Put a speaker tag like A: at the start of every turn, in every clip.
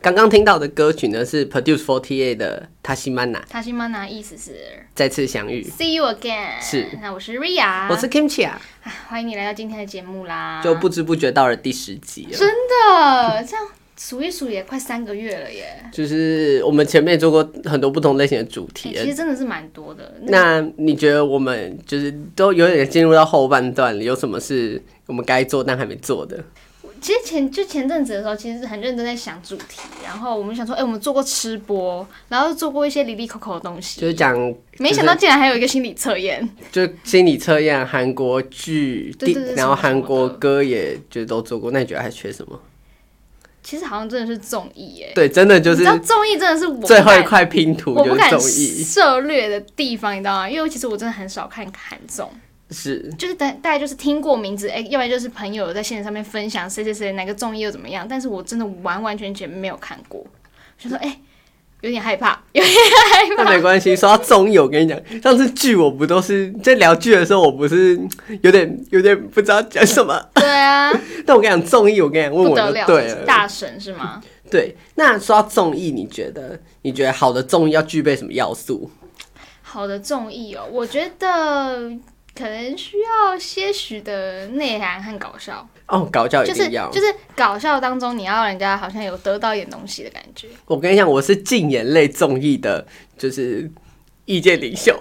A: 刚刚听到的歌曲呢是 Produce Forty Eight 的《塔西曼娜》，
B: 塔西曼娜意思是
A: 再次相遇。
B: See you again。
A: 是
B: 那我是瑞亚，
A: 我是 Kimchi 啊，
B: 啊欢迎你来到今天的节目啦。
A: 就不知不觉到了第十集了。
B: 真的这样数一数也快三个月了耶。
A: 就是我们前面做过很多不同类型的主
B: 欸
A: 题
B: 其
A: 了，
B: 实真的是蛮多的。那
A: 那你觉得我们就是都有点进入到后半段了，有什么是我们该做但还没做的？
B: 其实前就前阵子的时候，其实很认真在想主题，然后我们想说，哎、我们做过吃播，然后做过一些离离口口的东西，
A: 就是讲
B: 没想到竟然还有一个心理测验。
A: 就心理测验、韩国剧、
B: 对对
A: 地
B: 对，
A: 然
B: 什么什么
A: 后韩国
B: 的
A: 歌也就都做过，那你觉得还缺什么？
B: 其实好像真的是综艺哎，
A: 对，真的就
B: 你
A: 是
B: 知道综艺真的是我不
A: 最后一
B: 敢
A: 块拼图
B: 我
A: 就
B: 不
A: 是综
B: 敢
A: 艺，
B: 涉略的地方，你知道吗？因为其实我真的很少看韩综，
A: 是
B: 就是大大概就是听过名字，哎、要不然就是朋友在线上面分享谁谁谁哪个综艺又怎么样，但是我真的完完全全没有看过，就说哎、有点害怕，有点害怕。
A: 那没关系。说到综艺，我跟你讲，上次剧我不都是在聊剧的时候，我不是有点有点不知道讲什么。
B: 对啊，
A: 但我跟你讲，综艺我跟你讲，问
B: 不
A: 我
B: 得
A: 就
B: 了，
A: 对
B: 是
A: 了。
B: 大神是吗？
A: 对，那说到综艺，你觉得你觉得好的综艺要具备什么要素？
B: 好的综艺哦，我觉得可能需要些许的内涵和搞笑，
A: 哦，搞笑
B: 就
A: 一
B: 是
A: 定要。
B: 就是搞笑当中你要让人家好像有得到一点东西的感 觉。哦
A: 我跟你讲，我是禁言类综艺的，就是意见领袖。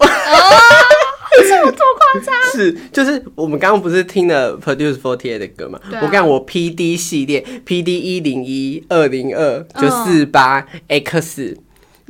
B: 这么多夸张，
A: 是，就是我们刚刚不是听了 Produce Forty Eight 的歌嘛？
B: 对啊
A: 我看我 P D 系列，P D 一零一、二零二、就
B: 嗯
A: 四八 X，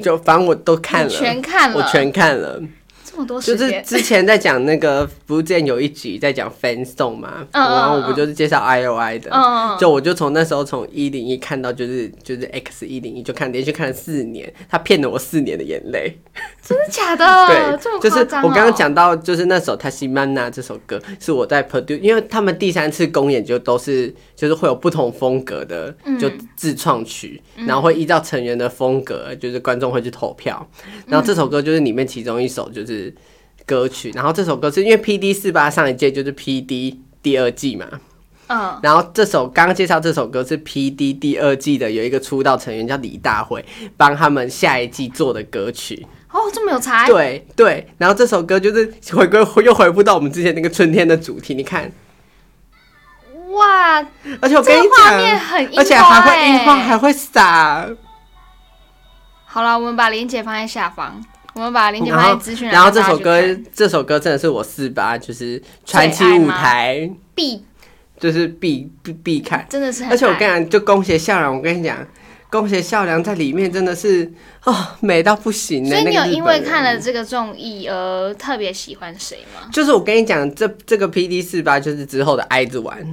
A: 就反正我都看了，
B: 你全看了
A: 我全看了。
B: 这么多
A: 就
B: 时
A: 是
B: 间，
A: 之前在讲那个，不见有一集在讲 fan song 嘛，
B: 嗯嗯
A: 然后我不
B: 嗯
A: 就是介绍 I O I 的，
B: 嗯嗯
A: 就我就从那时候从一零一看到就是就是 X 一零一，就看连续看了四年，他骗了我四年的眼泪。
B: 真的假的？这么
A: 对，就
B: 夸
A: 是
B: 张、哦？
A: 我刚刚，讲到，就是那首《塔西曼娜》这首歌，是我在 produce，因为他们第三次公演就都是就是会有不同风格的
B: 嗯
A: 就自创曲，然后会依照成员的风格，就是观众会去投票。然后这首歌就是里面其中一首就是歌曲，然后这首歌是因为 P D 四八上一届就是 P D 第二季嘛，
B: 嗯，
A: 然后这首刚刚介绍这首歌是 P D 第二季的有一个出道成员叫李大辉帮他们下一季做的歌曲。
B: 哦，这么有才，
A: 对对，然后这首歌就是回归 又回复到我们之前那个春天的主题，你看，
B: 哇，
A: 而且我
B: 这
A: 跟你
B: 个画面
A: 讲，
B: 很樱花、欸，
A: 而且还会樱花还会洒，
B: 好了，我们把链接放在下方，我们哎把链接
A: 然
B: 放在
A: 后
B: 资讯栏，
A: 然后这
B: 让大家
A: 首
B: 去
A: 歌
B: 看
A: 这首歌真的是我四八就是传奇
B: 最爱
A: 舞
B: 吗
A: 台
B: 必
A: 就是必必必看，
B: 真的是很爱，
A: 而且我跟你讲，就宫胁孝良，我跟你讲，宫胁孝良在里面真的是哦美到不行的，
B: 所以你
A: 那
B: 有
A: 个日
B: 因
A: 本
B: 为
A: 人
B: 看了这个综艺而特别喜欢谁吗？
A: 就是我跟你讲，这这个 P D 四八就是之后的哀子丸，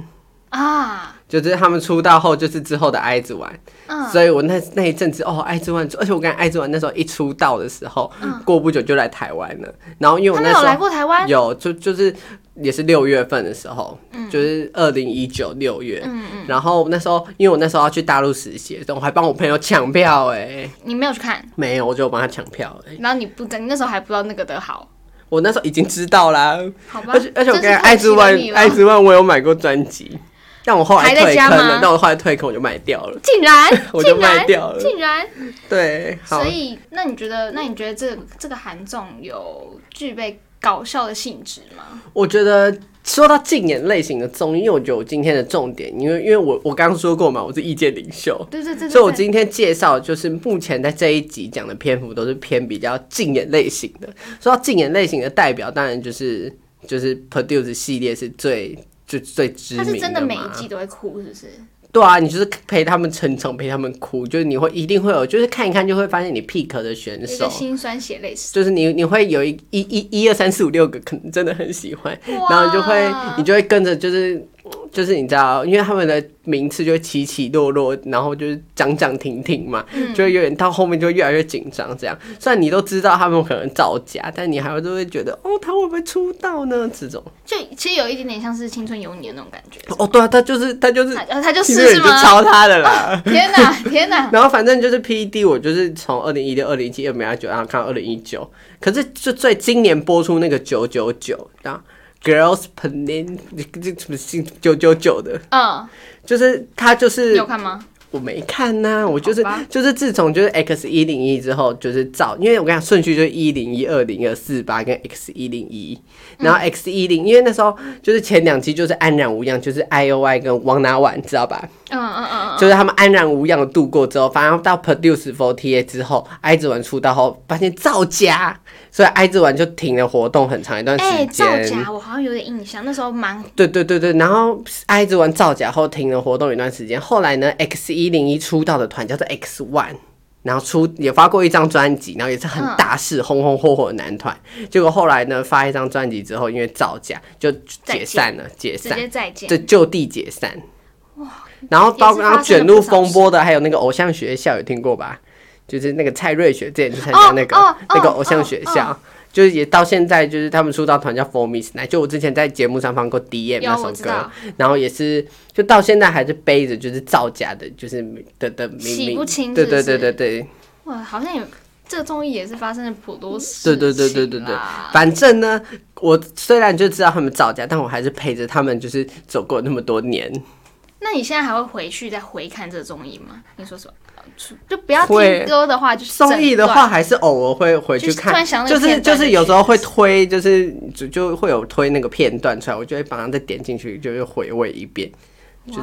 B: 啊，
A: 就是他们出道后就是之后的哀子丸。
B: 嗯，
A: 所以我那那一阵子哦，艾之万，而且我跟艾之万那时候一出道的时候，过不久就来台湾了。然后因为我
B: 嗯他
A: 那
B: 们有
A: 时候
B: 来过台湾，
A: 有就就是也是六月份的时候，就是二零一九六月。
B: 嗯
A: 然后那时候因为我那时候要去大陆实习，所以我还帮我朋友抢票哎、
B: 你没有去看，
A: 没有，我就帮他抢票哎、
B: 然后你不知，你那时候还不知道那个的好，
A: 我那时候已经知道啦，
B: 好吧？
A: 而且而且我
B: 真
A: 跟
B: 是
A: 艾
B: 太
A: 之
B: 喜
A: 万
B: 欢你了
A: 艾之万我有买过专辑，但我后来
B: 还在
A: 退
B: 家
A: 坑
B: 吗
A: 了，但我后来退坑我就卖掉了。
B: 竟然
A: 我就
B: 竟然
A: 卖掉了
B: 竟然，
A: 对，好
B: 所。以那你觉得，那你觉得这个这个韩综有具备搞笑的性质吗？
A: 我觉得说到竞演类型的综艺，因为我觉得我今天的重点，因为因为我我刚刚说过嘛，我是意见领袖，
B: 对对对对，
A: 所以我
B: 对
A: 今天介绍就是目前在这一集讲的篇幅都是偏比较竞演类型的。说到竞演类型的代表，当然就是就是 Produce 系列是最。就最知
B: 他
A: 名
B: 是真的每一
A: 嘛
B: 季都会哭，是不是？
A: 对啊，你就是陪他们成长，陪他们哭，就是你会一定会有，就是看一看就会发现你 pick 的选
B: 有一
A: 手
B: 个，心酸血泪 史。
A: 就是你你会有一一 一一二三四五六个，可能真的很喜欢，然后你就会
B: 哇
A: 你就会跟着就是。就是你知道，因为他们的名次就起起落落，然后就是涨涨停停嘛，
B: 嗯
A: 就会有点到后面就越来越紧张。这样，虽然你都知道他们可能造假，但你还会都会觉得，哦，他会不会出道呢？这种，
B: 就其实有一点点像是青春有你的那种感 觉。
A: 哦，对啊，他就是他就是
B: 他，呃他就
A: 其
B: 是
A: 实
B: 是
A: 你就
B: 吗？
A: 抄他的啦。
B: 天哪，天哪！
A: 然后反正就是 P D，我就是从二零一六、二零一七、二零一九，然后看到二零一九，可是就最今年播出那个九九九，然后 Girls Planet 这什么新九九九的，
B: 嗯，
A: 就是他就
B: 你
A: 是
B: 有看吗？
A: 我没看呐、我就是
B: 好吧
A: 就是自从就是 X 一零一之后，就是照，因为我跟你讲顺序就是一零一、二零二四八跟 X 一零一，
B: 嗯
A: 然后 X 一零，因为那时候就是前两期就是安然无恙，就是 I O I 跟王拿碗，知道吧？
B: 嗯嗯嗯嗯，
A: 就是他们安然无恙的度过之后，反而到 Produce f o r t a 之后，埃子丸出道后发现造假，所以埃子丸就停了活动很长一段时
B: 哎，
A: 间。
B: 造假，我好像有点印象，那时候蛮
A: 对对对对，然后埃子丸造假后停了活动一段时间，后来呢，X 一零一出道的团叫做 X One。然后出也发过一张专辑，然后也是很大势、红红火火的男团。结果后来呢，发一张专辑之后，因为造假就
B: 再
A: 解
B: 见
A: 散了，解
B: 直
A: 散。
B: 接再见。
A: 就就地解散。然后包括
B: 也是发生了
A: 卷入风波的，还有那个偶像学校，有听过吧？就是那个蔡瑞雪之前去参
B: 哦
A: 加那个、
B: 哦
A: 那个
B: 哦
A: 偶像学校，就是也到现在就是他们出道团叫 For Miss Night，就我之前在节目上放过 DM
B: 有
A: 那首
B: 我知
A: 歌
B: 道，
A: 然后也是就到现在还是背着就是造假的，就是的的
B: 洗
A: 名
B: 不
A: 名，
B: 清
A: 对
B: 是
A: 对
B: 不
A: 对
B: 是
A: 对对。
B: 哇，好像也这个综艺也是发生了颇多事
A: 对
B: 情
A: 对对对对对
B: 啦，
A: 反正呢，我虽然就知道他们造假，但我还是陪着他们，就是走过那么多年。
B: 那你现在还会回去再回看这个综艺吗？你说什么？呃就就不要
A: 会
B: 听歌的话，就是
A: 综艺的
B: 整
A: 话，
B: 段，
A: 还是偶尔会回去
B: 就是突
A: 看
B: 然想，到
A: 就
B: 那个
A: 是
B: 片
A: 就
B: 段
A: 是有时候会推，就是就就会有推那个片段出来，我就会马上再点进去，就是回味一遍。就是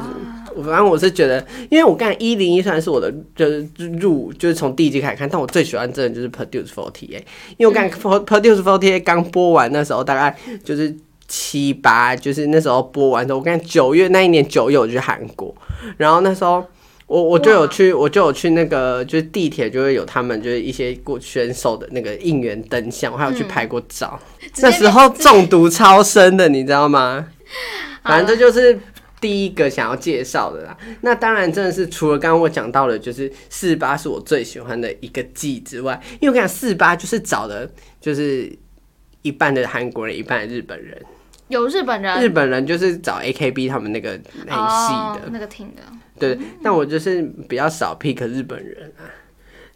A: 我反正我是觉得，因为我刚才一零一虽然是我的就是入就是从第一季开始看，但我最喜欢真的就是 Produce Forty A，因为我刚才 Pro- Produce Forty A 刚播完那时候大概就是。七八就是那时候播完之后，我看九月那一年九月我去韩国，然后那时候我我就有
B: 哇
A: 去，我就有去那个，就是地铁就会有他们就是一些过选手的那个应援灯箱，我还有去拍过照。
B: 直接
A: 那时候中毒超深的，你知道吗？反正这就是第一个想要介绍的啦。那当然真的是除了刚刚我讲到的，就是四八是我最喜欢的一个季之外，因为我跟你讲四八就是找的，就是一半的韩国人，一半的日本人。
B: 有日本人
A: 日本人就是找 AKB 他们那个那一系
B: 哦。
A: 的
B: 嗯那个听的，
A: 对，但我就是比较少 pick 日本人啊。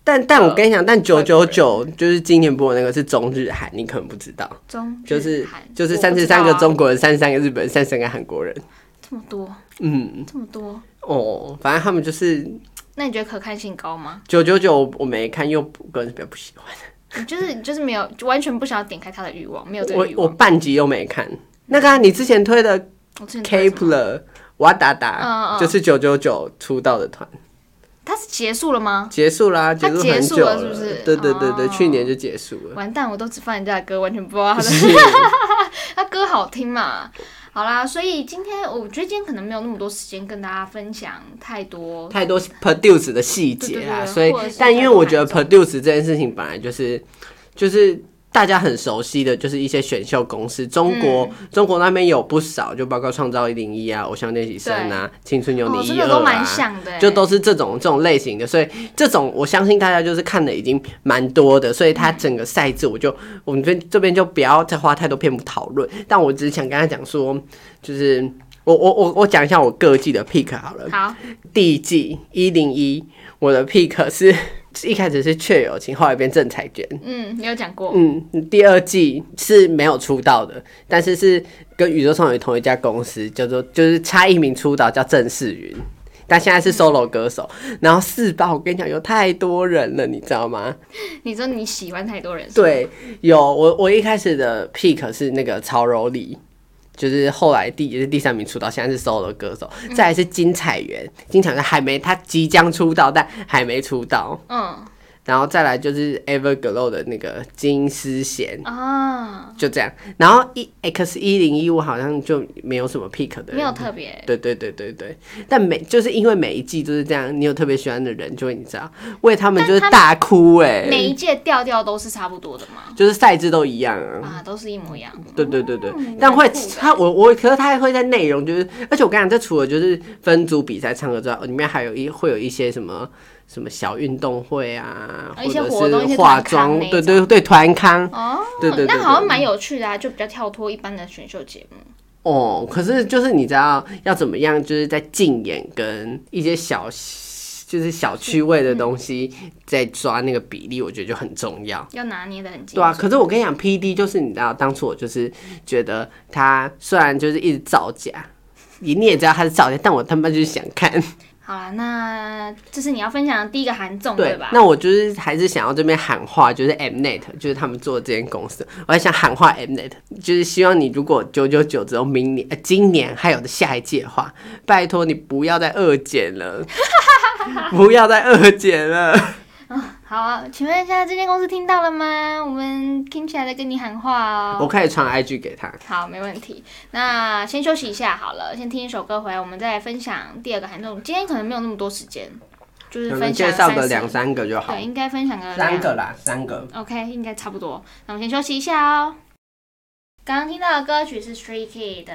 A: 但但
B: 嗯
A: 我跟你讲，但九九九就是今年播的那个是中日韩，你可能不知道，
B: 中
A: 就是
B: 日韩
A: 就是
B: 我不
A: 三十
B: 知道
A: 三
B: 啊
A: 个中国人，三十三个日本人，三十三个韩国人。
B: 这么多，
A: 嗯，
B: 这么多，
A: 哦，反正他们就是
B: 那你觉得可看性高吗？
A: 九九九，我没看，又我个人比较不喜欢，
B: 你就是你就是没有完全不想要点开他的欲望，没有这个
A: 我
B: 欲
A: 我
B: 望。
A: 半集又没看。那个啊、你之前推的
B: 我之前推什么
A: Kepler 瓦达
B: 嗯
A: 达，
B: 嗯
A: 就是九九九出道的团，
B: 他是结束了吗？
A: 结束啦，结
B: 它
A: 束
B: 结
A: 很
B: 束
A: 久
B: 了是不是
A: 对对对对，
B: 哦
A: 去年就结束了。
B: 完蛋，我都只放人家的歌，完全不知道 他的
A: 是
B: 他歌好听嘛。好啦，所以今天我觉得今天可能没有那么多时间跟大家分享太多。
A: 太多 produce 的细节啦，所
B: 对对对
A: 以
B: 或者是
A: 但因为我觉得
B: 太
A: produce 这件事情本来就是就是大家很熟悉的，就是一些选秀公司，中国、
B: 嗯
A: 中国那边有不少，就包括创造一零一啊、偶像练习生啊、青春有
B: 哦，
A: 你
B: 真
A: 一
B: 的
A: 二
B: 都
A: 啊
B: 蛮。像的欸、
A: 就都是这种这种类型的，所以这种我相信大家就是看的已经蛮多的，所以
B: 嗯
A: 它整个赛制我就我们这这边就不要再花太多篇幅讨论，但我只是想跟他讲说，就是我我我我讲一下我各季的 pick 好了，
B: 好，
A: 第一季一零一，我的 pick 是一开始是确友情，后来变郑彩娟。
B: 嗯，你有讲过，
A: 嗯，第二季是没有出道的，但是是跟宇宙少女同一家公司，叫做就是差一名出道叫郑世云。但现在是 solo 歌手，然后四八我跟你讲有太多人了，你知道吗？
B: 你说你喜欢太多人，，
A: 对，有我我一开始的 pick 是那个曹柔里，就是后来第也是第三名出道，现在是 solo 歌手。
B: 嗯
A: 再来是金彩媛，金彩媛还没，她即将出道，但还没出道。
B: 嗯，
A: 然后再来就是 Everglow 的那个金丝弦，
B: 啊，
A: 就这样。然后一 X 一零一我好像就没有什么 pick 的人，
B: 没有特别
A: 对对对对对，但每就是因为每一季就是这样，你有特别喜欢的人，就会你知道，为他们就是
B: 但
A: 大哭哎、
B: 每一届调调都是差不多的嘛，
A: 就是赛制都一样啊。
B: 啊，都是一模一样。
A: 对对对对，
B: 嗯
A: 但会
B: 蛮酷的
A: 他我我，可是他会在内容就是，而且我跟你讲，这除了就是分组比赛唱歌之外，哦里面还有一会有一些什么什么小运动会啊，
B: 啊
A: 或
B: 一些
A: 者
B: 活动一
A: 是
B: 些
A: 化
B: 团康
A: 妆
B: 那，一
A: 对
B: 种
A: 对对，团康
B: 哦，
A: 对对对嗯
B: 那好像
A: 对
B: 蛮有趣的啊，就比较跳脱一般的选秀节目。
A: 哦。可是就是你知道要怎么样，就是在竞演跟一些小就是小趣味
B: 嗯
A: 的东西，在抓那个比例，我觉得就很重要。
B: 要拿捏的很精
A: 对啊，可是我跟你讲，P D 就是你知道，当初我就是觉得他虽然就是一直造假，你你也知道他是造假，但我他妈就是想看，
B: 好啦，那这是你要分享的第一个韩综
A: 对
B: 吧？
A: 那我就是还是想要这边喊话，就是 Mnet，就是他们做的这间公司，我还想喊话 Mnet，就是希望你如果九九九只有明年、呃、今年还有的下一届的话，拜托你不要再二减 了，不要再二减了。
B: 好啊，请问一下，这间公司听到了吗？我们听起来在跟你喊话哦。
A: 我可以传 IG 给他。
B: 好，没问题。那先休息一下好了，先听一首歌回来，我们再来分享第二个韩综。今天可能没有那么多时间，就是
A: 我
B: 分
A: 们
B: 享
A: 介绍个
B: 30
A: 两三个就好
B: 对，，应该分享个
A: 三
B: 两
A: 个啦，三个。
B: OK，应该差不多。那我们先休息一下哦。刚刚听到的歌曲是 Stray Kid 的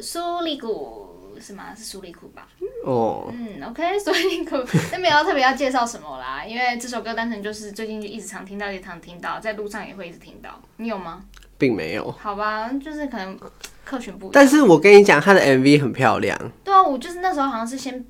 B: 《苏里谷》，是吗？是苏里谷吧？
A: 哦，
B: 嗯，OK，苏 里谷。那没有特别要介绍什么啦，因为这首歌单纯就是最近就一直常听到，也常听到，在路上也会一直听到。你有吗？
A: 并没有。
B: 好吧，就是可能客群不一样。
A: 但是我跟你讲，他的 MV 很漂亮，
B: 对啊，我就是那时候好像是先，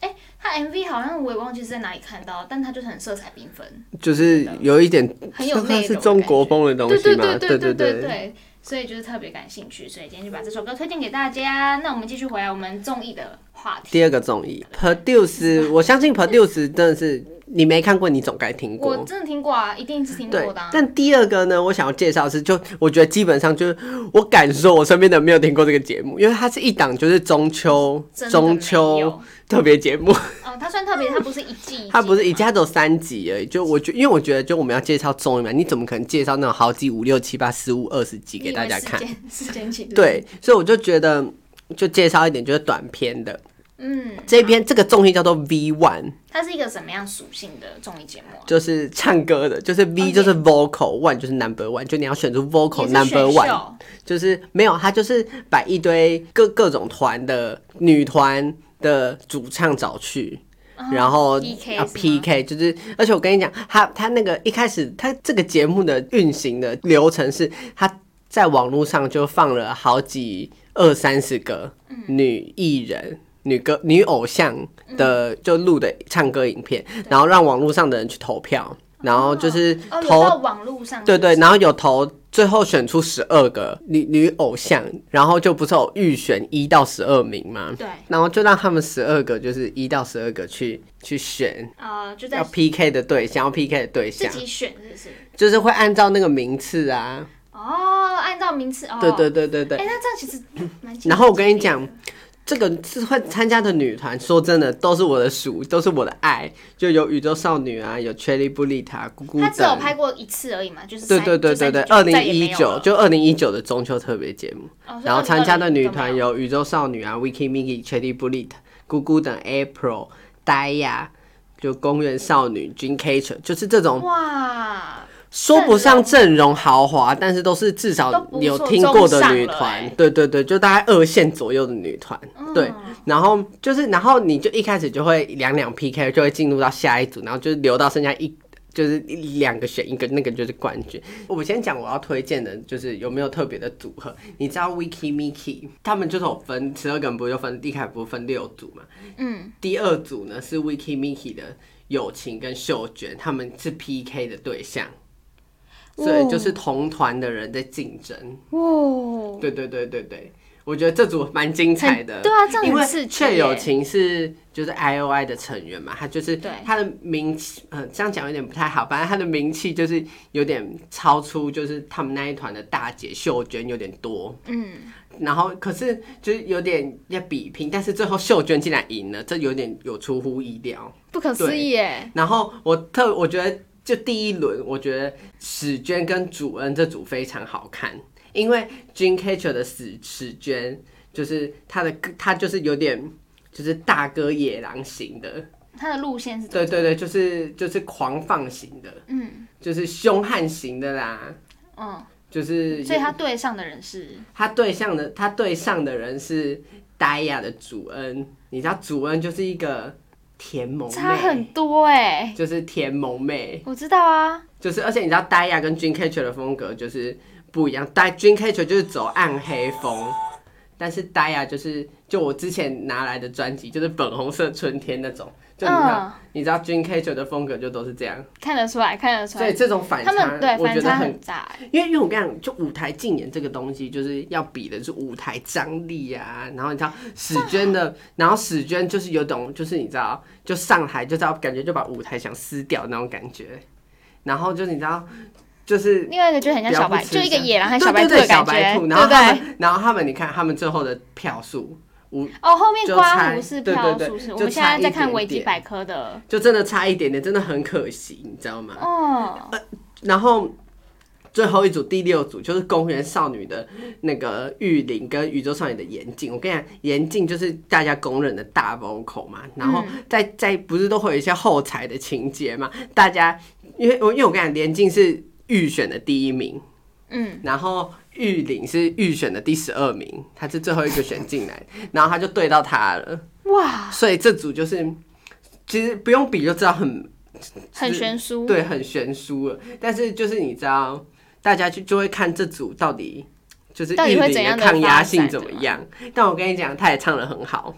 B: 哎、他 MV 好像我也忘记是在哪里看到，但他就是很色彩缤纷，
A: 就是有一点
B: 很有内容的
A: 它
B: 感觉。
A: 是中国风的东
B: 对
A: 西
B: 对
A: 嘛，
B: 对对
A: 对
B: 对对对，所以就是特别感兴趣，所以今天就把这首歌推荐给大家。那我们继续回来我们综艺的话题。
A: 第二个综艺 Produce，我相信 Produce 真的是你没看过，你总该听
B: 我
A: 过。
B: 真的听过啊，一定是听
A: 对
B: 过的、啊，。
A: 但第二个呢，我想要介绍的是，就我觉得基本上就是我敢说，我身边的人没有听过这个节目，因为它是一档就是中秋
B: 真的
A: 中
B: 没有
A: 秋特别节 目，
B: 哦，它算特别，它不是一季一季，
A: 它不是一家只有三集而已。就我觉，因为我觉得就我们要介绍综艺嘛，你怎么可能介绍那种好几五六七八十五二十集
B: 你以
A: 给
B: 为
A: 大家看
B: 四？间，四间起，
A: 对，所以我就觉得就介绍一点就是短片的
B: 嗯，
A: 这篇这个综艺叫做 V One，
B: 它是一个什么样属性的综艺节目啊？
A: 就是唱歌的，就是 V 就是 vocal，one 就是 number one，就你要选出
B: 哦
A: vocal
B: 也是
A: number
B: 选
A: one，
B: 秀
A: 就是没有他就是把一堆各各种团的女团的主唱找去。然后
B: PK 哦
A: 啊
B: E 是吗
A: PK 就是，而且我跟你讲，他他那个一开始他这个节目的运行的流程是，他在网络上就放了好几二三十个
B: 嗯
A: 女艺人、女歌、女偶像的就录的唱歌影片，然后让网络上的人去投票，然后就是
B: 哦，有
A: 投
B: 到网络上，
A: 对对，，然后有投，最后选出十二个女女偶像，然后就不是有预选一到十二名吗？
B: 对
A: 然后就让他们十二个，就是一到十二个去去选
B: 呃，就
A: 要
B: 在
A: PK 的对象，要 PK 的对
B: 自
A: 象，
B: 己选是不是？
A: 就是会按照那个名次啊。
B: 哦，按照名次哦，
A: 对对对对对
B: 哎、，那这样其实蛮精彩的。
A: 然后我跟你讲这个是会参加的女团，说真的都是我的属，都是我的爱，就有宇宙少女啊，有 Cherry Bulita、姑姑
B: 他只有
A: 等。
B: 拍过一次而已嘛，就是
A: 对
B: 三
A: 对对
B: 就三
A: 对对，
B: 集就
A: 二零
B: 再也没
A: 一
B: 有
A: 九
B: 了哦
A: 就二零一九的中秋特别节目。
B: 哦所以
A: 然后参加的女团
B: 2020
A: 有宇宙少女啊、Wiki Miki、Chetty Bullet、姑姑等 April、Daya，就公园少女 Jin Catcher，就是这
B: 都没有
A: 种
B: 哇，
A: 说不上阵容豪华，但是都是至
B: 都
A: 少
B: 不错
A: 有听过的
B: 中
A: 女
B: 上了嗯
A: 团
B: 欸。
A: 对对对，就大概二线左右的女团。对，然后就是，然后你就一开始就会两两 PK，就会进入到下一组，然后就是留到剩下一。就是一两个选一个，那个就是冠军。我先讲我要推荐的，就是有没有特别的组合？你知道 Wiki Miki 他们就是有分十二个人，不是就分一开始不是分六组嘛？
B: 嗯，
A: 第二组呢是 Wiki Miki 的友情跟秀娟，他们是 PK 的对象，所
B: 哦
A: 以就是同团的人在竞争。
B: 哇，
A: 对对对对对，我觉得这组蛮精彩的。
B: 很对啊这样很
A: 因为
B: 刺激
A: 确友
B: 耶
A: 情是就是 I O I 的成员嘛，他就是
B: 对
A: 他的名气，嗯、这样讲有点不太好，反正他的名气就是有点超出，就是他们那一团的大姐秀娟有点多。
B: 嗯，
A: 然后可是就是有点要比拼，但是最后秀娟竟然赢了，这有点有出乎意料。
B: 不可思议耶，
A: 然后我特我觉得。就第一轮，我觉得史娟跟主恩这组非常好看，因为 Jin Catcher 的史史娟就是他的他就是有点就是大哥野狼型的，
B: 他的路线是
A: 对对对，就是就是狂放型的，
B: 嗯
A: 就是凶悍型的啦，
B: 嗯，
A: 就是
B: 所以他对上的人是
A: 他对象的他对上的人是呆雅的主恩，你知道主恩就是一个甜萌
B: 差
A: 妹，
B: 很多哎、
A: 就是甜萌妹。
B: 我知道啊，
A: 就是，而且你知道呆亚跟 Dream Catcher 的风格就是不一样，呆 Dream Catcher 就是走暗黑风，但是呆亚就是就我之前拿来的专辑就是粉红色春天那种，就你知道、
B: 嗯
A: 你知道 Dream Catcher 的风格就都是这样，
B: 看得出来，看得出
A: 所
B: 来
A: 以，这种反差
B: 他们对
A: 我
B: 反
A: 觉得
B: 差
A: 很，
B: 很大欸、
A: 因为因为我跟你讲，就舞台竞演这个东西就是要比的是舞台张力啊，然后你知道史娟的，然后史娟就是有种就是你知道就上台就知道感觉就把舞台想撕掉那种感觉，然后就你知道就是
B: 另外一个就很像小白，
A: 比较不吃
B: 就一个野狼和
A: 对
B: 小白兔
A: 对
B: 的
A: 对小
B: 感
A: 白
B: 觉，
A: 兔，
B: 对
A: 然后
B: 不
A: 他
B: 对？
A: 们，然后他们，你看他们最后的票数，五
B: 哦，后面
A: 就
B: 刮
A: 差
B: 胡是
A: 对
B: 票
A: 对对
B: 数是，
A: 就
B: 我们现
A: 差
B: 在
A: 一
B: 在看
A: 点
B: 维基
A: 点
B: 百科的，
A: 就真的差一点点，真的很可惜，你知道吗？
B: 哦，
A: 然后最后一组第六组就是公园少女的那个玉玲跟宇宙少女的严静。我跟你讲，严静就是大家公认的大 vocal 嘛，然后
B: 嗯
A: 在在不是都会有一些后采的情节嘛？大家因为我因为我跟你讲，严静是预选的第一名，
B: 嗯，
A: 然后。玉玲是预选的第十二名，她是最后一个选进来，然后她就对到她了，
B: 哇，
A: 所以这组就是其实不用比就知道很
B: 很
A: 是
B: 悬殊，
A: 对，很悬殊了。但是就是你知道，大家就就会看这组到底就是
B: 到
A: 玉
B: 底会
A: 林
B: 怎样的
A: 抗压
B: 发
A: 性
B: 展
A: 怎么
B: 对吗
A: 样。但我跟你讲，他也唱的很好，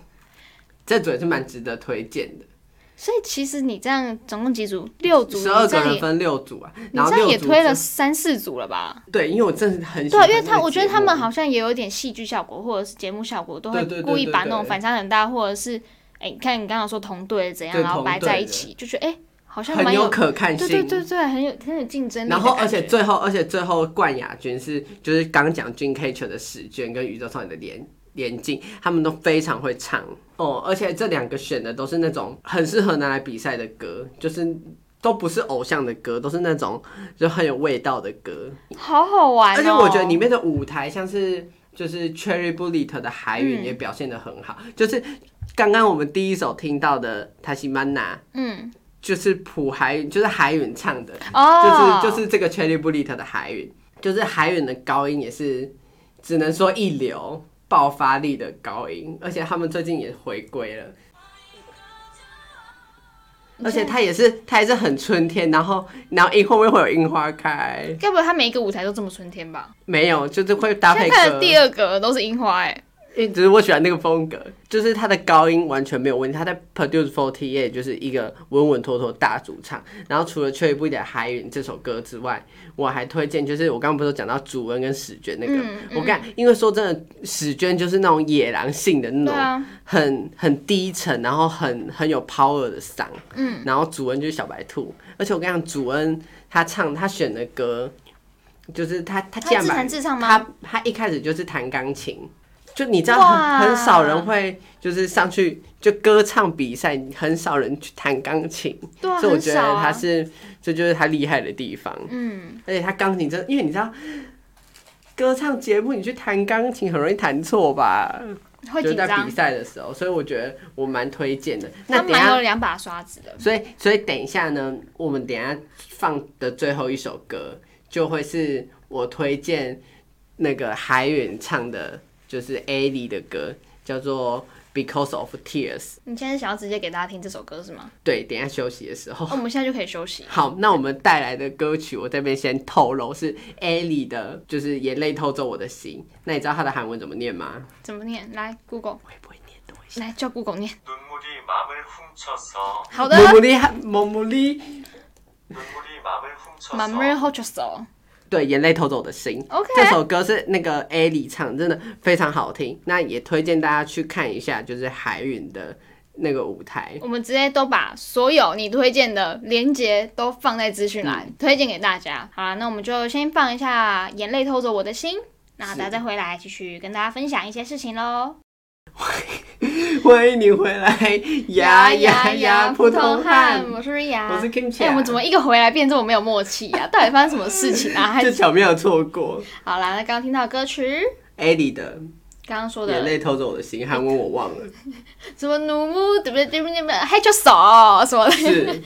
A: 这组也是蛮值得推荐的。
B: 所以其实你这样总共几组？六组，
A: 十二
B: 你这
A: 个
B: 样
A: 人
B: 也
A: 分六组啊，
B: 你
A: 然后
B: 这样
A: 六
B: 也
A: 组
B: 推
A: 就
B: 了三四组了吧？
A: 对，因为我真的很喜
B: 对
A: 欢
B: 啊，
A: 这
B: 因
A: 个节目，
B: 为他我觉得他们好像也有点戏剧效果，或者是节目效果，都会
A: 对对对
B: 故意把那
A: 对
B: 种
A: 对
B: 反差很大，或者是哎，你看你刚刚说同队怎样，
A: 对
B: 然后
A: 同
B: 摆
A: 队
B: 在
A: 的
B: 一起，就觉得哎，好像
A: 很
B: 蛮
A: 有可看性。
B: 对对对对，很有很有竞争力的
A: 然
B: 感
A: 后，
B: 觉。
A: 而且最后，而且最后冠亚军是就是刚讲 Jin k a t e r 的史娟跟宇宙少女的连连静，他们都非常会唱哦。而且这两个选的都是那种很适合拿来比赛的歌，就是都不是偶像的歌，都是那种就很有味道的歌。
B: 好好玩、哦，
A: 而且我觉得里面的舞台像是就是 Cherry Bullet 的海
B: 嗯
A: 云也表现的很好，就是刚刚我们第一首听到的塔西曼娜，
B: 嗯
A: 就是普海云，就是海云唱的。
B: 哦，
A: 就是就是这个 Cherry Bullet 的海云，就是海云的高音也是只能说一流，爆发力的高音，而且他们最近也回归了。而且他也是，他也是很春天，然后，然后樱后面会有樱花开，
B: 该不会他每一个舞台都这么春天吧？
A: 没有，就是会搭
B: 现在
A: 配
B: 看
A: 歌
B: 的。第二个都是樱花、哎，
A: 因为只是我喜欢那个风格，就是他的高音完全没有问题。他在 Produce Forty Eight 就是一个稳稳妥妥大主唱。然后除了《缺一步的海云》这首歌之外，我还推荐就是我刚刚不是有讲到主恩跟史娟那个，
B: 嗯嗯
A: 我看因为说真的，史娟就是那种野狼性的那
B: 对
A: 种，
B: 啊，
A: 很很低沉，然后很很有 power 的嗓，
B: 嗯，
A: 然后主恩就是小白兔，而且我跟你讲，主恩他唱他选的歌，就是他他
B: 他
A: 竟然
B: 自
A: 把
B: 弹自唱吗
A: 他他一开始就是弹钢琴，就你知道
B: 哇
A: 很很少人会就是上去就歌唱比赛，很少人去弹钢琴，
B: 对啊，
A: 所以我
B: 很
A: 觉
B: 少
A: 得他
B: 啊，
A: 是、这就是他厉害的地方，
B: 嗯，
A: 而且他钢琴真的，因为你知道。歌唱节目，你去弹钢琴很容易弹错吧？
B: 嗯会
A: 就
B: 紧
A: 在
B: 张
A: 比，赛的时候，所以我觉得我蛮推荐的。那
B: 他
A: 等一
B: 蛮有
A: 下，
B: 两把刷子的，
A: 所以所以等一下呢，我们等一下放的最后一首歌就会是我推荐那个海远唱的，就是 a l i 的歌，叫做《Because of Tears》。
B: 你现在是想要直接给大家听这首歌是吗？
A: 对，等一下休息的时候
B: 哦，。我们现在就可以休息，
A: 好，那我们带来的歌曲，我这边先透露是 a l i 的，就是《眼泪偷走我的心》。那你知道它的韩文怎么念吗？
B: 怎么念？来 Google，
A: 我也不会念的。
B: 来叫 Google 念，
C: 눈물이 맘을 훔쳐서
B: 好的。
A: 摩摩利，摩摩利，
C: 눈물이 맘을 훔쳐서
B: m a m r y h o t c h e l
A: 对，眼泪偷走我的心。
B: OK
A: 这首歌是那个 A 里唱，真的非常好听。那也推荐大家去看一下，就是海云的那个 舞台。
B: 我们直接都把所有你推荐的连接都放在资讯
A: 嗯
B: 栏，推荐给大家。好啦，那我们就先放一下《眼泪偷走我的心》，那大家再回来继续跟大家分享一些事情喽。
A: 欢迎你回来，呀呀呀，普通汉。
B: 我是瑞雅，
A: 我是 Kimchi
B: 哎、
A: 啊
B: 我们怎么一个回来变这么没有默契 呀、到底发生什么事情啊？还
A: 这
B: 是
A: 巧妙错过
B: 好啦，那刚刚听到的歌曲，
A: ，Eddie 的
B: 刚刚说
A: 眼
B: 的
A: 泪偷走我的心，韩文我忘 了，
B: 什么努木对不对对不对对不对，还就手什 么的，
A: 是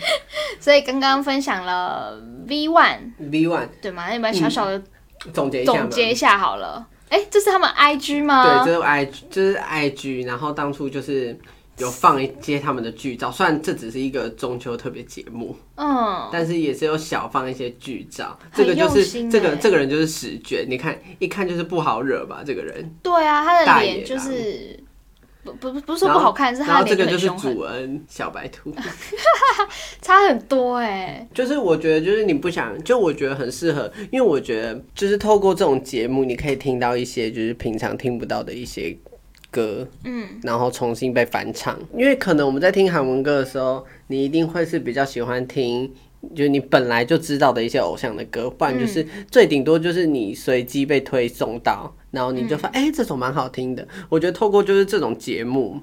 B: 所以刚刚分享了 V One
A: V One
B: 对吗？那你们小小的
A: 总结一下嘛
B: 总结一下好了。哎、这是他们 IG 吗？
A: 对，这是 I 这是 IG，然后当初就是有放一些他们的剧照，虽然这只是一个中秋特别节目，
B: 嗯，
A: 但是也是有小放一些剧照。这
B: 很
A: 个就
B: 用
A: 是、
B: 心
A: 这个
B: 欸
A: 这个人就是史娟，你看一看就是不好惹吧，这个人。
B: 对啊，他
A: 大
B: 的
A: 野
B: 脸
A: 狼
B: 就是不不不是说
A: 然
B: 不
A: 后
B: 好看，是
A: 然
B: 他
A: 后
B: 的
A: 这
B: 脸
A: 个就
B: 很
A: 是
B: 凶狠，
A: 主恩小白兔，
B: 差很多哎、
A: 就是我觉得就是你不想，就我觉得很适合，因为我觉得就是透过这种节目，你可以听到一些就是平常听不到的一些歌，
B: 嗯，
A: 然后重新被翻唱。因为可能我们在听韩文歌的时候，你一定会是比较喜欢听。就是你本来就知道的一些偶像的歌，不然就是
B: 嗯
A: 最顶多就是你随机被推送到，然后你就发哎、诶这首蛮好听
B: 嗯
A: 的。我觉得透过就是这种节目，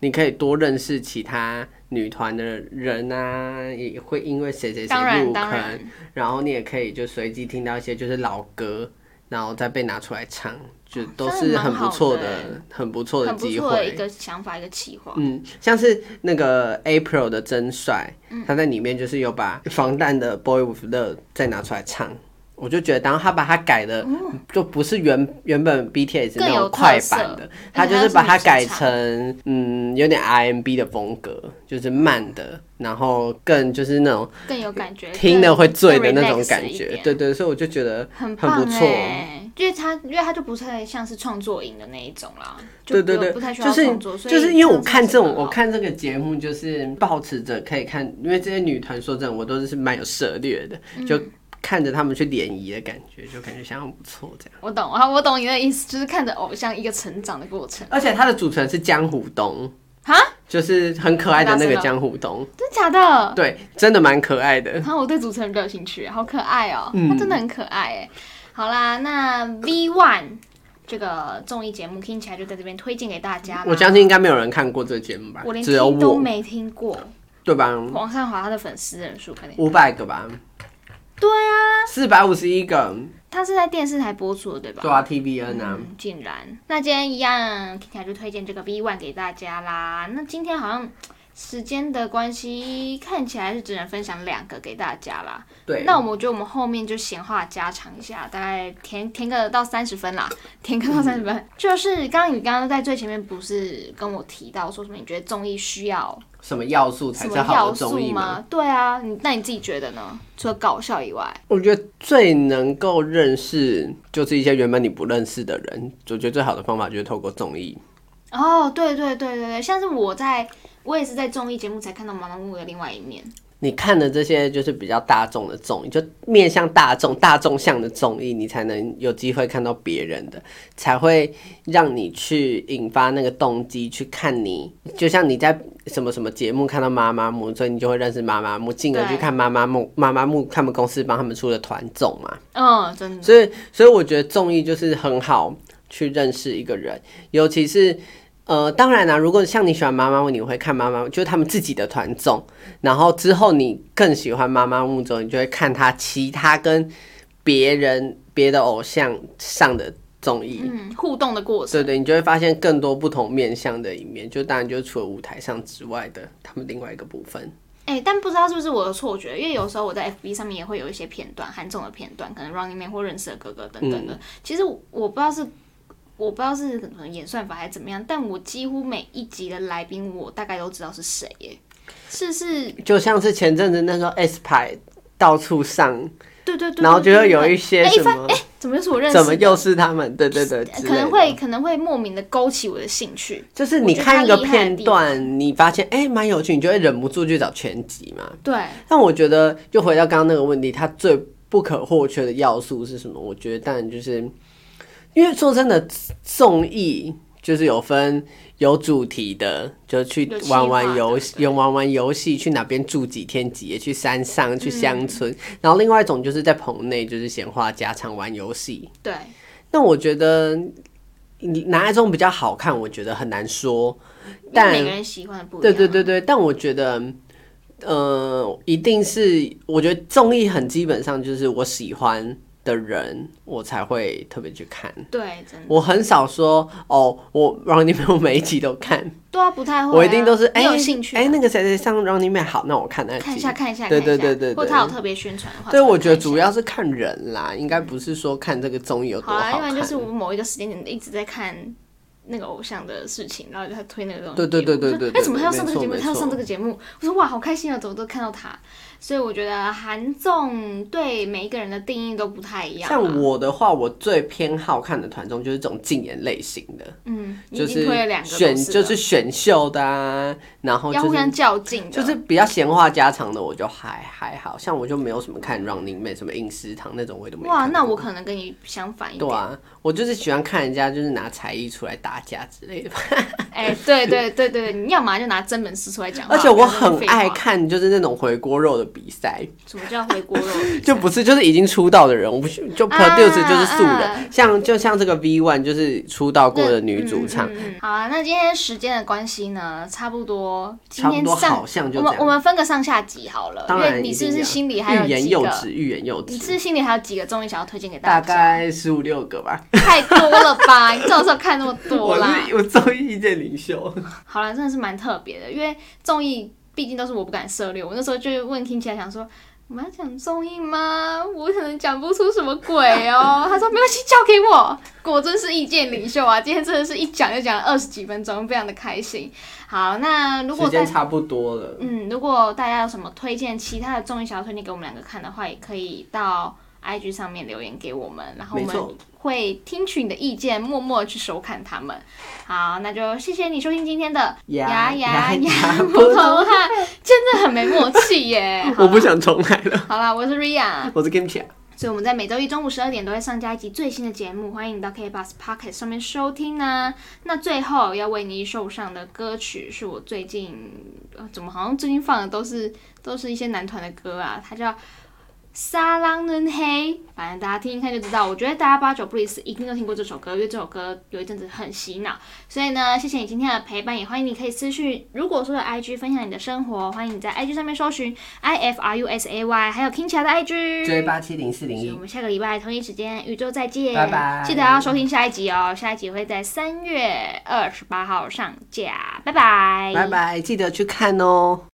A: 你可以多认识其他女团的人啊，也会因为谁谁谁
B: 当然
A: 入
B: 当然
A: 坑，然后你也可以就随机听到一些就是老歌，然后再被拿出来唱，就都
B: 真的
A: 是
B: 蛮
A: 很不
B: 好
A: 错
B: 的
A: 的、
B: 欸
A: 很不错的
B: 很不
A: 机
B: 错
A: 会
B: 的。一个想法，一个企划。
A: 嗯，像是那个 April 的真帅，他在里面就是有把防弹的 Boy with Love 再拿出来唱，我就觉得，然后他把它改的就不是原原本 BTS
B: 哦更
A: 那种
B: 有特
A: 快版
B: 色哎
A: 的，他
B: 而且
A: 就
B: 它
A: 是
B: 是
A: 把
B: 女
A: 它
B: 生
A: 改
B: 唱
A: 成嗯有点 RMB 的风格，就是慢的，然后更就是那种
B: 更有感觉，
A: 听了
B: 更
A: 会醉的
B: 更
A: 那种
B: relax 一
A: 感觉，
B: 点
A: 对对，所以我就觉得
B: 很
A: 不
B: 棒
A: 错。
B: 欸因为他，因为他就不太像是创作营的那一种啦，就
A: 对对
B: 不
A: 对，
B: 不太需
A: 就
B: 要
A: 是
B: 创作，所以
A: 就是因为我
B: 样子
A: 看这
B: 很
A: 种，
B: 好
A: 我看这个节目就是抱持着可以看，因为这些女团说真的，我都是蛮有涉猎的，
B: 嗯
A: 就看着她们去联谊的感觉，就感觉相当不错这样。
B: 我懂啊，我懂你的意思，就是看着偶像一个成长的过程，
A: 而且她的主持人是江虎东，
B: 哈，
A: 就是很可爱的那
B: 太
A: 个
B: 大声了
A: 江虎东，
B: 真假的？
A: 对，真的蛮可爱的。
B: 然后我对主持人比较有兴趣，好可爱哦、
A: 嗯
B: 他真的很可爱哎、好啦，那 V One 这个综艺节目听起来就在这边推荐给大家啦。
A: 我相信应该没有人看过这个节目吧
B: 我连，
A: 只有
B: 听都
A: 我，
B: 没听过，
A: 对吧？
B: 网上华他的粉丝人数可能
A: 五百个吧，
B: 对啊，
A: 四百五十一个，
B: 他是在电视台播出的，对吧？
A: 对啊，TVN 啊，
B: 嗯，竟然。那今天一样，听起来就推荐这个 V One 给大家啦。那今天好像时间的关系，看起来是只能分享两个给大家啦。
A: 对。
B: 那我们觉得我们后面就闲话家常一下，大概填填个到三十分啦，填个到三十分。
A: 嗯
B: 就是刚刚你刚刚在最前面不是跟我提到说什么？你觉得综艺需要
A: 什么要素才
B: 什
A: 是
B: 么
A: 好
B: 要
A: 的
B: 素
A: 综艺吗？
B: 吗？对啊，你那你自己觉得呢？除了搞笑以外，
A: 我觉得最能够认识就是一些原本你不认识的人，我觉得最好的方法就是透过综艺。
B: 哦，对对对对对，像是我在我也是在综艺节目才看到毛毛木的另外一面。
A: 你看的这些就是比较大众的综艺，就面向大众、大众向的综艺，你才能有机会看到别人的，才会让你去引发那个动机去看你。就像你在什么什么节目看到妈妈木，所以你就会认识妈妈木，进而去
B: 对
A: 看妈妈木、妈妈木他们公司帮他们出的团综嘛。
B: 嗯，真的。
A: 所以，所以我觉得综艺就是很好去认识一个人，尤其是呃，当然啦、如果像你喜欢妈妈木，你会看妈妈木，就是他们自己的团综，然后之后你更喜欢妈妈木之后，你就会看他其他跟别人别的偶像上的综艺。
B: 嗯，互动的过程
A: 对对，你就会发现更多不同面向的一面，就当然就除了舞台上之外的他们另外一个部分。
B: 哎、但不知道是不是我的错觉，因为有时候我在 FB 上面也会有一些片段，韩综的片段，可能 Running Man 或认识的哥哥等
A: 嗯
B: 等的。其实我不知道是，我不知道是可能演算法还是怎么样，但我几乎每一集的来宾，我大概都知道是谁耶。是是，
A: 就像是前阵子那时候 S 牌到处上，
B: 对对对
A: 然后就会
B: 对对
A: 有
B: 对
A: 一些
B: 哎
A: 什
B: 发
A: 么
B: 哎、怎么又是我认识的？
A: 怎么又是他们？对对对，之
B: 可
A: 类的
B: 能会可能会莫名的勾起我的兴趣。
A: 就是你
B: 我觉得
A: 看一个
B: 他厉害的
A: 片
B: 地
A: 段，你发现哎蛮、有趣，你就会忍不住去找全集嘛。
B: 对，
A: 但我觉得，就回到刚刚那个问题，它最不可或缺的要素是什么？我觉得当然就是，因为说真的，综艺就是有分有主题的，就去
B: 有计划
A: 玩
B: 的
A: 玩游戏，
B: 对
A: 有玩玩游戏，去哪边住几天几夜，去山上，去乡村。
B: 嗯
A: 然后另外一种就是在棚内，就是闲话家常玩游戏。
B: 对，
A: 那我觉得你哪一种比较好看，我觉得很难说。
B: 因为
A: 但
B: 每个人喜欢的不一样。
A: 对对对对，但我觉得，呃，一定是我觉得综艺很基本上就是我喜欢的人，我才会特别去
B: 嗯
A: 看。
B: 对，真的
A: 我很少说哦，我让你们我每一集都看，
B: 对啊，不太会啊。
A: 我一定都是哎
B: 你有兴趣啊
A: 哎、那个谁谁上让你们好，那我看那
B: 看一
A: 集
B: 下。看一下，
A: 呃对
B: 看一下
A: 对对对对
B: 或他有特别宣传的话，
A: 对，
B: 才会
A: 我觉得
B: 看一下
A: 主要是看人啦，应该不是说看这个综艺有多
B: 好
A: 好
B: 啦，
A: 看。
B: 要不然就是我某一个时间点一直在看那个偶像的事情，然后就他推那个东西。
A: 对对对对对对
B: 哎，怎么他要上这个节目？
A: 没错
B: 他要上
A: 没错
B: 这个节目，我说哇，好开心啊！怎么都看到他？所以我觉得韩综对每一个人的定义都不太一样啊。
A: 像我的话，我最偏好看的团综就是这种竞演类型的，
B: 嗯，你
A: 就
B: 已经推了两个都
A: 是选
B: 是了，哦
A: 就是选秀的啊，然后
B: 要
A: 就
B: 互相
A: 是
B: 较劲的，
A: 就是比较闲话家常的，我就还还好像我就没有什么看 Running Man 什么饮食堂那种，我也都没看过。
B: 哇，那我可能跟你相反一
A: 对
B: 点。
A: 啊，我就是喜欢看人家就是拿才艺出来打架之 类的吧，
B: 哎，对对对对，你要么就拿真本事出来讲话，
A: 而且我
B: 要么就
A: 很
B: 废话
A: 爱。看就是那种回锅肉的 比赛，
B: 什么叫回锅肉？
A: 就不是就是已经出道的人，我不是就
B: 啊
A: produce 就是素人，
B: 啊
A: 像就像这个 V One 就是出道过的女主唱，
B: 嗯嗯嗯嗯好啊，那今天时间的关系呢，差不多，今
A: 差不
B: 天
A: 多
B: 上
A: 好像就
B: 我
A: 这
B: 们我
A: 样。
B: 们分个上下集好了，
A: 当
B: 因为
A: 然
B: 你
A: 一
B: 是
A: 定
B: 不
A: 要，
B: 是心里还有
A: 欲言
B: 几
A: 又
B: 个？
A: 止，欲言又
B: 你是不
A: 止，
B: 是心里还有几个综艺想要推荐给大
A: 大
B: 家？
A: 概十五六个吧。
B: 太多了吧？你这种时候看那么多
A: 我
B: 啦？
A: 是我综艺意见领袖，
B: 好啦，真的是蛮特别的，因为综艺毕竟都是我不敢涉猎。我那时候就问听起来想说，我们要讲综艺吗？我可能讲不出什么鬼哦。 他说没关系，交给我。果真是意见领袖啊！今天真的是一讲就讲了二十几分钟，非常的开心。好，那如果
A: 时
B: 大
A: 间差不多了。
B: 嗯，如果大家有什么推荐其他的综艺想要推荐给我们两个看的话，也可以到 IG 上面留言给我们，然后我
A: 没错
B: 们会听取你的意见，默默地去收看他们。好，那就谢谢你收听今天的
A: 呀
B: 牙牙
A: 呀呀
B: 不
A: 不
B: 同汉，真的很没默契 耶。
A: 我不想重来了，
B: 好啦，我是 Ria，
A: 我是 Kimchi。
B: 所以我们在每周一中午十二点都会上架一集最新的节目，欢迎你到 K Bus Pocket 上面收听呢、那最后要为你送上的歌曲是我最近、呃、怎么好像最近放的都是都是一些男团的歌啊，它叫《沙浪嫩黑》，反正大家听一看就知道。我觉得大家八九不离十，一定都听过这首歌，因为这首歌有一阵子很洗脑。所以呢，谢谢你今天的陪伴，也欢迎你可以私讯，如果说有 IG 分享你的生活，欢迎你在 IG 上面搜寻 I F R U S A Y，还有 King 的 IG。
A: 追八七零四零
B: 所以
A: 一
B: 我，们下个礼拜同一时间宇宙再见，
A: 嗯拜拜
B: 记得要收听下一集哦，下一集会在三月二十八号上架，拜拜，
A: 拜。拜，记得去看哦。